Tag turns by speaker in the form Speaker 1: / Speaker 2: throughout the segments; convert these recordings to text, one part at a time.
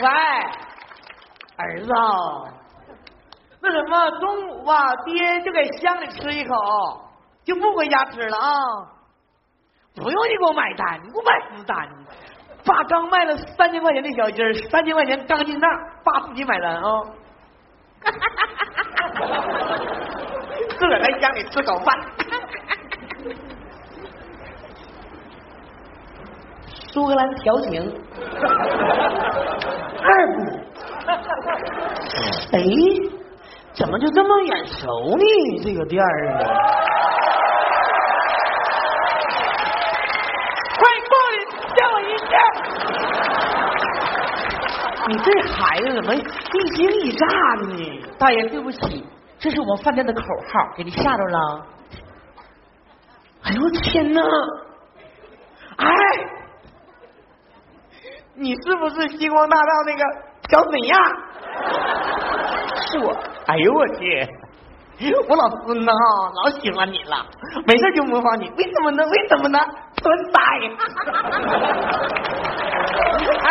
Speaker 1: 喂，儿子，那什么，中午吧，爹就给乡里吃一口，就不回家吃了啊。不用你给我买单，你给我买什么单？爸刚卖了三千块钱的小鸡儿，三千块钱刚进账，爸自己买单啊。自个儿来乡里吃口饭。苏格兰调情，二部。哎，怎么就这么眼熟呢？这个店儿啊！快过来吓我一跳！你这孩子怎么一惊一乍的呢？
Speaker 2: 大爷，对不起，这是我们饭店的口号，给你吓着了。
Speaker 1: 哎呦我天哪！哎，你是不是星光大道那个小沈阳？是我。哎呦我去！我老孙子哈，老喜欢你了，没事就模仿你，为什么呢？为什么呢？纯呆。哎，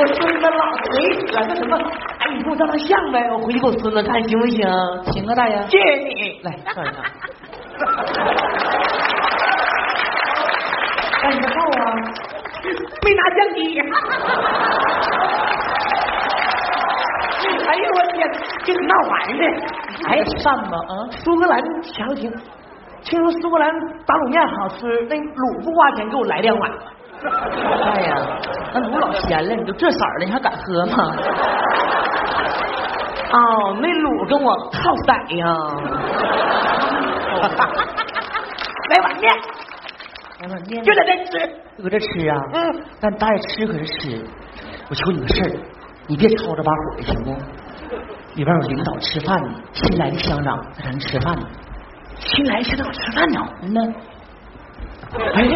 Speaker 1: 我孙子老回去了，那什么，哎，你给我照张相呗，我回去给我孙子看行不行？
Speaker 2: 行啊，大爷，
Speaker 1: 谢谢你，
Speaker 2: 来照一张。
Speaker 1: 哎，你看我没拿相机。哎呦我天，这闹玩的！
Speaker 2: 哎
Speaker 1: 哎
Speaker 2: 呀，，善吧啊！
Speaker 1: 苏格兰强行，听说苏格兰打卤面好吃，那卤不花钱，给我来两碗。
Speaker 2: 大爷，哎那卤老咸了，你都这色儿了，你还敢喝吗？
Speaker 1: 哦，那卤跟我靠色呀！ 来碗面，
Speaker 2: 来碗面，
Speaker 1: 就在这吃。
Speaker 2: 就搁这吃啊。
Speaker 1: 嗯，
Speaker 2: 但大爷吃可是吃，我求你个事儿，你别吵着把火行不？里边有领导吃饭呢，新来的乡长在咱吃饭呢，
Speaker 1: 新来是让我吃饭呢。
Speaker 2: 嗯呢。哎，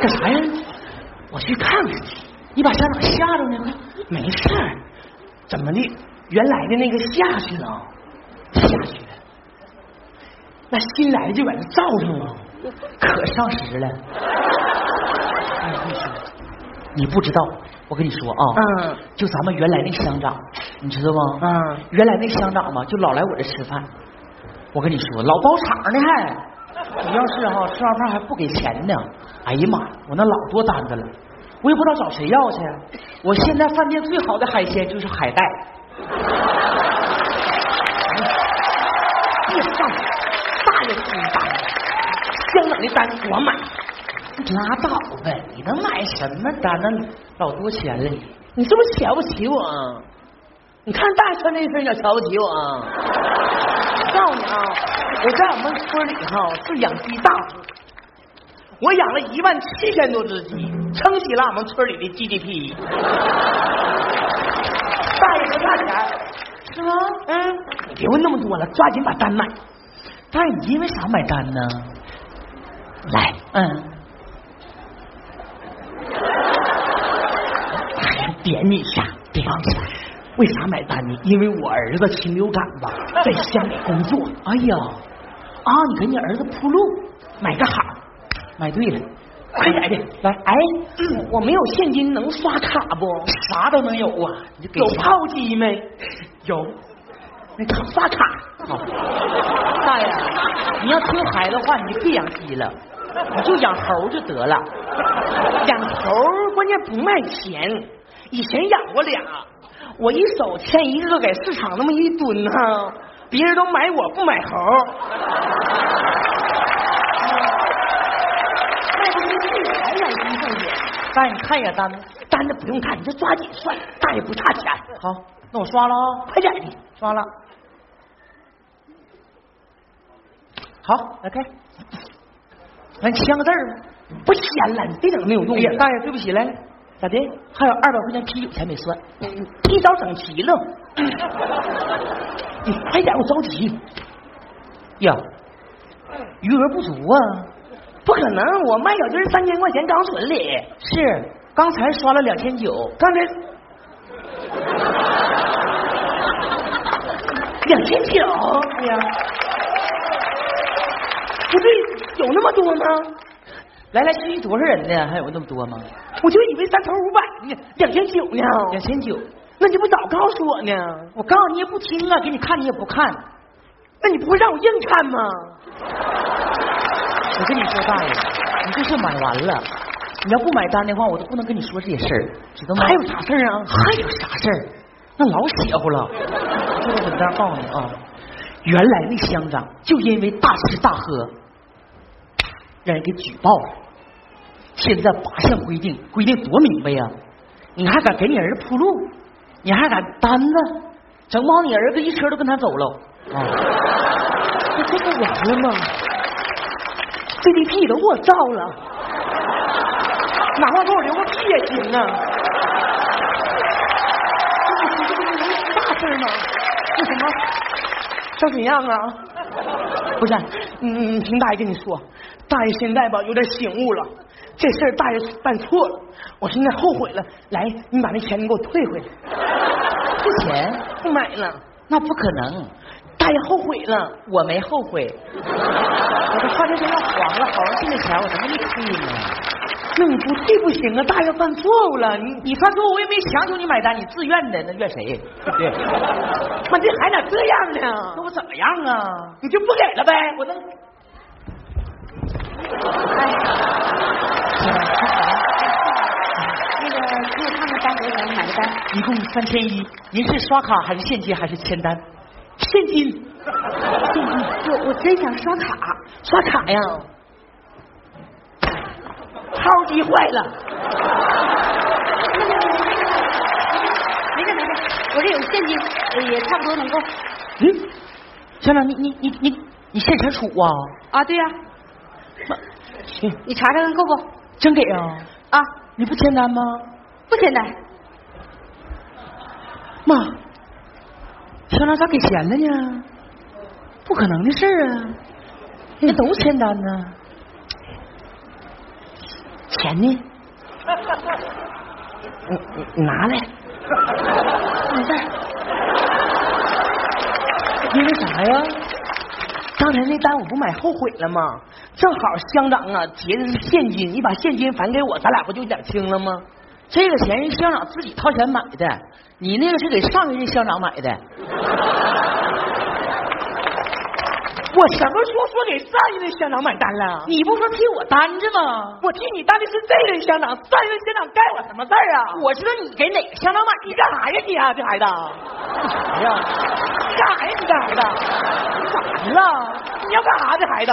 Speaker 2: 干啥呀？我去看看去。你把乡长吓着呢，快！
Speaker 1: 没事儿，怎么的？原来的那个下去了，
Speaker 2: 下去了，
Speaker 1: 那新来的就把他罩上了。
Speaker 2: 可上时了。哎，我跟你说，你不知道，我跟你说啊，
Speaker 1: 嗯
Speaker 2: 就咱们原来那乡长，你知道吗？
Speaker 1: 嗯，
Speaker 2: 原来那乡长吧，就老来我这吃饭。我跟你说，老包场呢还，主要是哈、吃完饭还不给钱呢。哎呀妈呀，我那老多单子了，我也不知道找谁要去。啊我现在饭店最好的海鲜就是海带。
Speaker 1: 别放，大爷出单，香港的单我买。
Speaker 2: 拉倒吧，你能买什么单？那老多钱了你，你是不是瞧不起我？啊？你看大爷穿这身，你咋瞧不起我？啊？
Speaker 1: 告诉你啊，我在我们村里哈是养鸡大户，我养了一万七千多只鸡，撑起了我们村里的 GDP。大爷多大钱？
Speaker 2: 是吗？
Speaker 1: 嗯，你别问那么多了，抓紧把单买。
Speaker 2: 大爷，你因为啥买单呢？
Speaker 1: 来，
Speaker 2: 嗯，
Speaker 1: 哎点你一下，点你一下。为啥买单呢？因为我儿子禽流感 吧，在乡里工作，
Speaker 2: 哎呀，啊，你给你儿子铺路，
Speaker 1: 买个好，
Speaker 2: 买对了，
Speaker 1: 快点的。
Speaker 2: 来，
Speaker 1: 哎，我没有现金，能刷卡不？
Speaker 2: 啥都能有啊，你就给
Speaker 1: 有
Speaker 2: 钱
Speaker 1: 炮击没？有，那卡刷卡。
Speaker 2: 好大爷，你要听孩子话，你就别养鸡了，你就养猴就得了。
Speaker 1: 养猴儿关键不卖钱，以前养过俩，我一手牵一个给市场那么一蹲哈、别人都买我不买猴儿，卖不出去还染衣上去，
Speaker 2: 大爷，你看一眼单子，
Speaker 1: 单子不用看，你就抓紧算，大爷不差钱，
Speaker 2: 好，那我刷了啊、
Speaker 1: 快点的，
Speaker 2: 刷了。好，来开。来，签个字儿吧。
Speaker 1: 不签了，你别整没有用
Speaker 2: 哎呀，
Speaker 1: 的，
Speaker 2: 大爷，对不起，来，咋的？还有二百块钱啤酒钱没算。
Speaker 1: 提早整齐 了，你快点，我着急，
Speaker 2: 呀，余额不足啊。
Speaker 1: 不可能，我卖小鸡儿三千块钱刚存里，
Speaker 2: 是，刚才刷了两千九。
Speaker 1: 刚才两千九，
Speaker 2: 哎呀，
Speaker 1: 不对，有那么多吗？
Speaker 2: 来来去去多少人呢？还有那么多吗？
Speaker 1: 我就以为三头五百呢，两千九呢。
Speaker 2: 两千九，
Speaker 1: 那你不早告诉我呢？
Speaker 2: 我告诉你也不听啊，给你看你也不看。
Speaker 1: 那你不会让我硬看吗？
Speaker 2: 我跟你说，大爷，你这是买完了，你要不买单的话，我都不能跟你说这些事儿，知道吗？
Speaker 1: 还有啥事儿啊？
Speaker 2: 还有啥事儿？那老邪乎了。这个文章告诉你啊，原来那乡长就因为大吃大喝，让人给举报了。现在八项规定，规定多明白呀、你还敢给你儿子铺路？你还敢担子？整不好你儿子一车都跟他走了。啊，
Speaker 1: 这这不完了吗？CDP 都给我造了，哪怕给我留个屁也行啊！这不是大事儿吗？那什么，张怎样啊？
Speaker 2: 不是，
Speaker 1: 嗯，听大爷跟你说，大爷现在吧有点醒悟了，这事儿大爷办错了，我现在后悔了。来，你把那钱你给我退回来，
Speaker 2: 这钱
Speaker 1: 不买了。
Speaker 2: 那不可能，
Speaker 1: 大爷后悔了，
Speaker 2: 我没后悔。
Speaker 1: 我这花钱钱要黄了，好了，
Speaker 2: 这个钱我怎么没退呢？
Speaker 1: 那你不退不行啊，大爷犯错误了，你
Speaker 2: 你犯错我也没强求你买单，你自愿的，那怨谁？对不对？
Speaker 1: 妈这还咋这样呢？
Speaker 2: 那我怎么样啊？
Speaker 1: 你就不给了呗？我那哎
Speaker 3: 那个，给我看看单多少钱，买个单。
Speaker 2: 一共三千一，您是刷卡还是现金还是签单？
Speaker 1: 现金
Speaker 3: 我我真想刷卡，
Speaker 1: 刷卡呀，号机坏了，
Speaker 3: 没事没事，我这有现金，呃也差不多能够。
Speaker 2: 嗯，乡长，你你你你你现成处啊？
Speaker 3: 啊，对呀、
Speaker 2: 行，
Speaker 3: 你查查看够不？
Speaker 2: 真给啊？
Speaker 3: 啊，
Speaker 2: 你不签单吗？
Speaker 3: 不简单，
Speaker 2: 妈，乡长咋给钱了呢？不可能的事儿啊！那都签单呢，钱呢？你你拿来，
Speaker 3: 没事儿。
Speaker 1: 因为啥呀？刚才那单我不买后悔了吗？正好乡长啊结的是现金，你把现金返给我，咱俩不就两清了吗？
Speaker 2: 这个钱是乡长自己掏钱买的，你那个是给上一任乡长买的。
Speaker 1: 我什么时候说给上一任乡长买单了？
Speaker 2: 你不说替我担着吗？
Speaker 1: 我替你担的是这任乡长，上一任乡长该我什么事儿啊？
Speaker 2: 我知道你给哪个乡长买
Speaker 1: 你干啥呀你啊，这孩子？
Speaker 2: 的呀？
Speaker 1: 干啥呀你这孩子？哎你咋的了？哎你要干啥这孩子？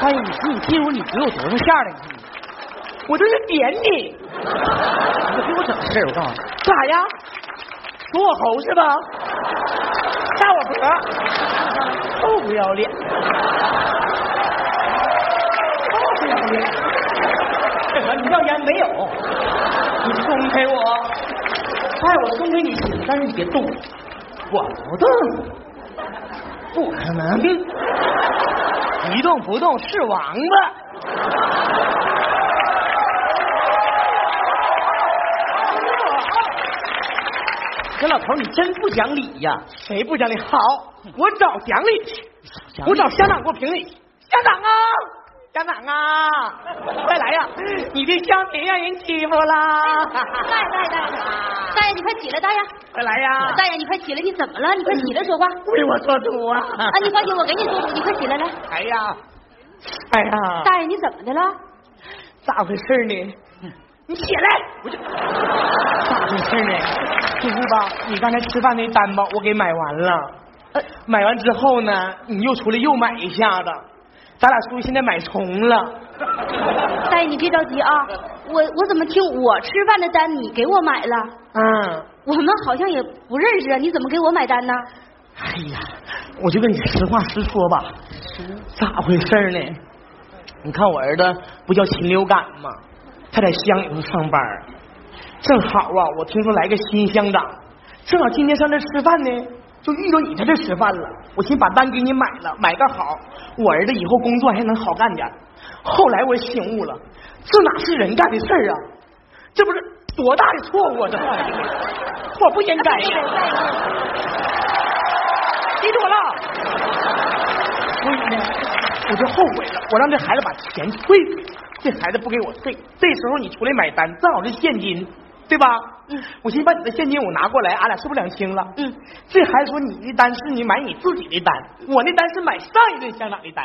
Speaker 2: 大爷，你说你进入你得有多少下了？你
Speaker 1: 我这是点你，
Speaker 2: 你给我整事儿，我告诉你，
Speaker 1: 干啥呀？说我猴是吧？大我脖，臭不要脸！臭不要脸！
Speaker 2: 这什么要烟没有？
Speaker 1: 你松开我！
Speaker 2: 大爷，哎我送给你行，但是你别动，
Speaker 1: 我不动，
Speaker 2: 不可能。
Speaker 1: 一动不动是王八。
Speaker 2: 这老头儿你真不讲理呀！嗯
Speaker 1: 谁不讲理？好，我找讲理去，
Speaker 2: 讲理
Speaker 1: 我找乡长给我评理。乡长啊，乡长啊，再来呀！你的乡民让人欺负啦！
Speaker 3: 大爷大爷大爷， 大爷你快起来，
Speaker 2: 啊
Speaker 3: 大爷啊
Speaker 1: 再来呀！
Speaker 3: 大爷你快起来，你怎么了？你快起来说话。
Speaker 2: 哎
Speaker 1: 为我做主啊！
Speaker 3: 啊，你放心，我给你做主，你快起来
Speaker 2: 啊
Speaker 3: 来。
Speaker 1: 哎呀，哎呀，
Speaker 3: 大爷你怎么的了？
Speaker 1: 咋回事呢？你起来！我就咋回事呢？就是吧，你刚才吃饭那单吧，我给买完了。呃，买完之后呢，你又出来又买一下子，咱俩出去现在买重了。
Speaker 3: 啊大爷你别着急啊，我我怎么听我吃饭的单你给我买了？
Speaker 1: 嗯，
Speaker 3: 我们好像也不认识啊，你怎么给我买单呢？
Speaker 1: 哎呀，我就跟你实话实说吧，咋回事儿呢？你看我儿子不叫禽流感吗？他在乡里头上班儿，正好啊，我听说来个新乡长，正好今天上这儿吃饭呢，就遇到你在这儿吃饭了。我寻思把单给你买了，买个好，我儿子以后工作还能好干点儿。后来我醒悟了，这哪是人干的事儿啊？这不是多大的错误啊！这我不应该呀、记住我了。所以呢，我就后悔了，我让这孩子把钱退了。
Speaker 2: 这孩子不给我睡，这时候你出来买单，正好是现金，对吧？
Speaker 3: 嗯
Speaker 2: 我寻思把你的现金我拿过来，俺俩是不是两清了？
Speaker 3: 嗯，
Speaker 2: 这孩子说你的单是你买你自己的单，我那单是买上一顿香港的单。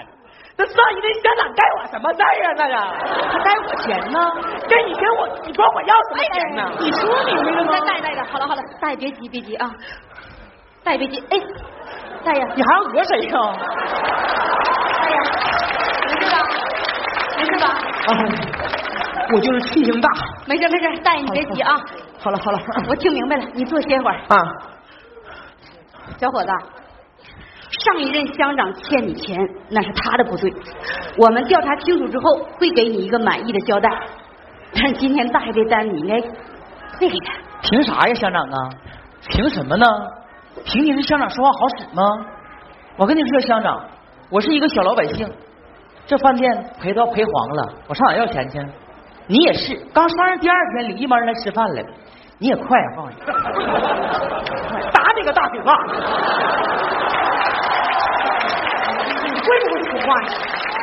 Speaker 2: 那上一顿香港该我什么债呀、那个他该我钱呢？该你钱我，你管我要什么钱呢？哎
Speaker 3: 哎
Speaker 2: 你说你明白吗？
Speaker 3: 大爷，大爷，好了好了，大爷别急别急啊，大爷别急，哎，大爷，
Speaker 2: 你还要讹谁呀、
Speaker 3: 大爷，没事吧？没事吧？
Speaker 2: 啊， 我就是气性大。
Speaker 3: 没事没事，大爷你别急啊，
Speaker 2: 好了好了，
Speaker 3: 我听明白了，你坐歇会儿。
Speaker 2: 啊，
Speaker 3: 小伙子，上一任乡长欠你钱，那是他的不对。我们调查清楚之后，会给你一个满意的交代。但是今天大爷这单，你应该退给他。
Speaker 2: 凭啥呀，乡长啊？凭什么呢？凭你这乡长说话好使吗？我跟你说，乡长，我是一个小老百姓，这饭店赔都要赔黄了，我上哪要钱去？你也是，刚上任第二天，领一帮人来吃饭来了，你也快啊，告诉你，打你个大嘴巴！你会不会说话呀？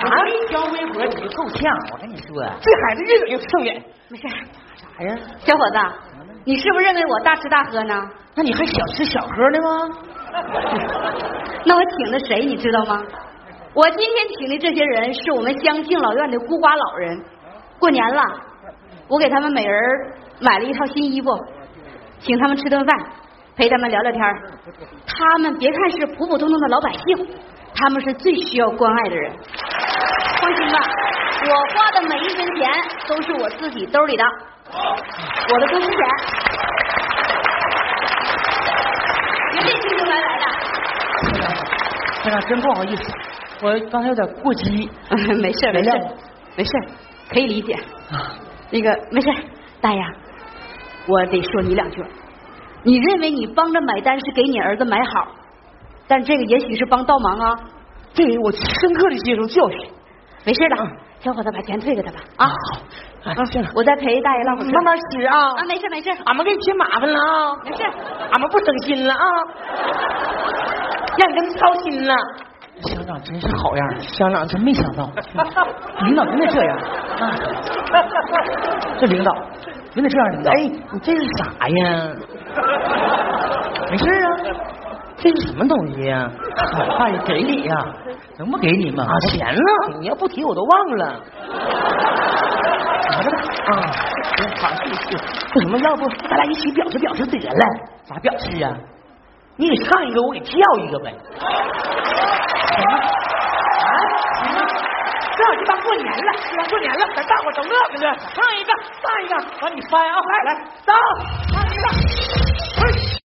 Speaker 2: 我一条微博你就够呛，我跟你说，啊这孩子越整越不顺眼。
Speaker 3: 没事，
Speaker 2: 啥哎呀？
Speaker 3: 小伙子，你是不是认为我大吃大喝呢？
Speaker 2: 那你还小吃小喝呢吗？
Speaker 3: 那我请的谁你知道吗？我今天请的这些人是我们乡敬老院的孤寡老人。过年了，我给他们每人买了一套新衣服，请他们吃顿饭，陪他们聊聊天儿他们别看是普普通通的老百姓，他们是最需要关爱的人。放心吧，我花的每一分钱都是我自己兜里的，我的工资钱，绝对清清白白的。
Speaker 2: 班长，哎真不好意思，我刚才有点过激。
Speaker 3: 没事儿
Speaker 2: 原
Speaker 3: 没事
Speaker 2: 谅
Speaker 3: 儿
Speaker 2: 我
Speaker 3: 没事儿，可以理解。
Speaker 2: 啊
Speaker 3: 那个没事儿，大爷，我得说你两句儿。你认为你帮着买单是给你儿子买好，但这个也许是帮倒忙啊。
Speaker 2: 这个我深刻的接受教嗯育。
Speaker 3: 没事儿的，小伙子把钱退给他吧啊。
Speaker 2: 好，哎，
Speaker 3: 嗯
Speaker 2: 这样，
Speaker 3: 我再陪大爷唠会儿嗑。
Speaker 2: 慢慢吃啊。
Speaker 3: 啊，没事儿没事儿，
Speaker 2: 俺们给你添麻烦了啊，
Speaker 3: 没事儿。
Speaker 2: 俺们不省心了啊，让你跟他操心了。乡长真是好样的，乡长真没想到，领导原来这样。 啊、这领导原来这样，领导。哎，你这是啥呀？没事啊，这是什么东西呀、好大爷给你呀、能不给你吗？啊，钱呢？你要不提我都忘了。拿着吧，啊，好，是是。为什么？要不咱俩一起表示表示得了？咋表示啊？你给唱一个，我给跳一个呗。行啊，啊，行啊，正好这帮过年了，这帮过年了，咱大伙都乐呵乐呵，唱一个，唱一个，把你翻啊，来来，唱，唱一个。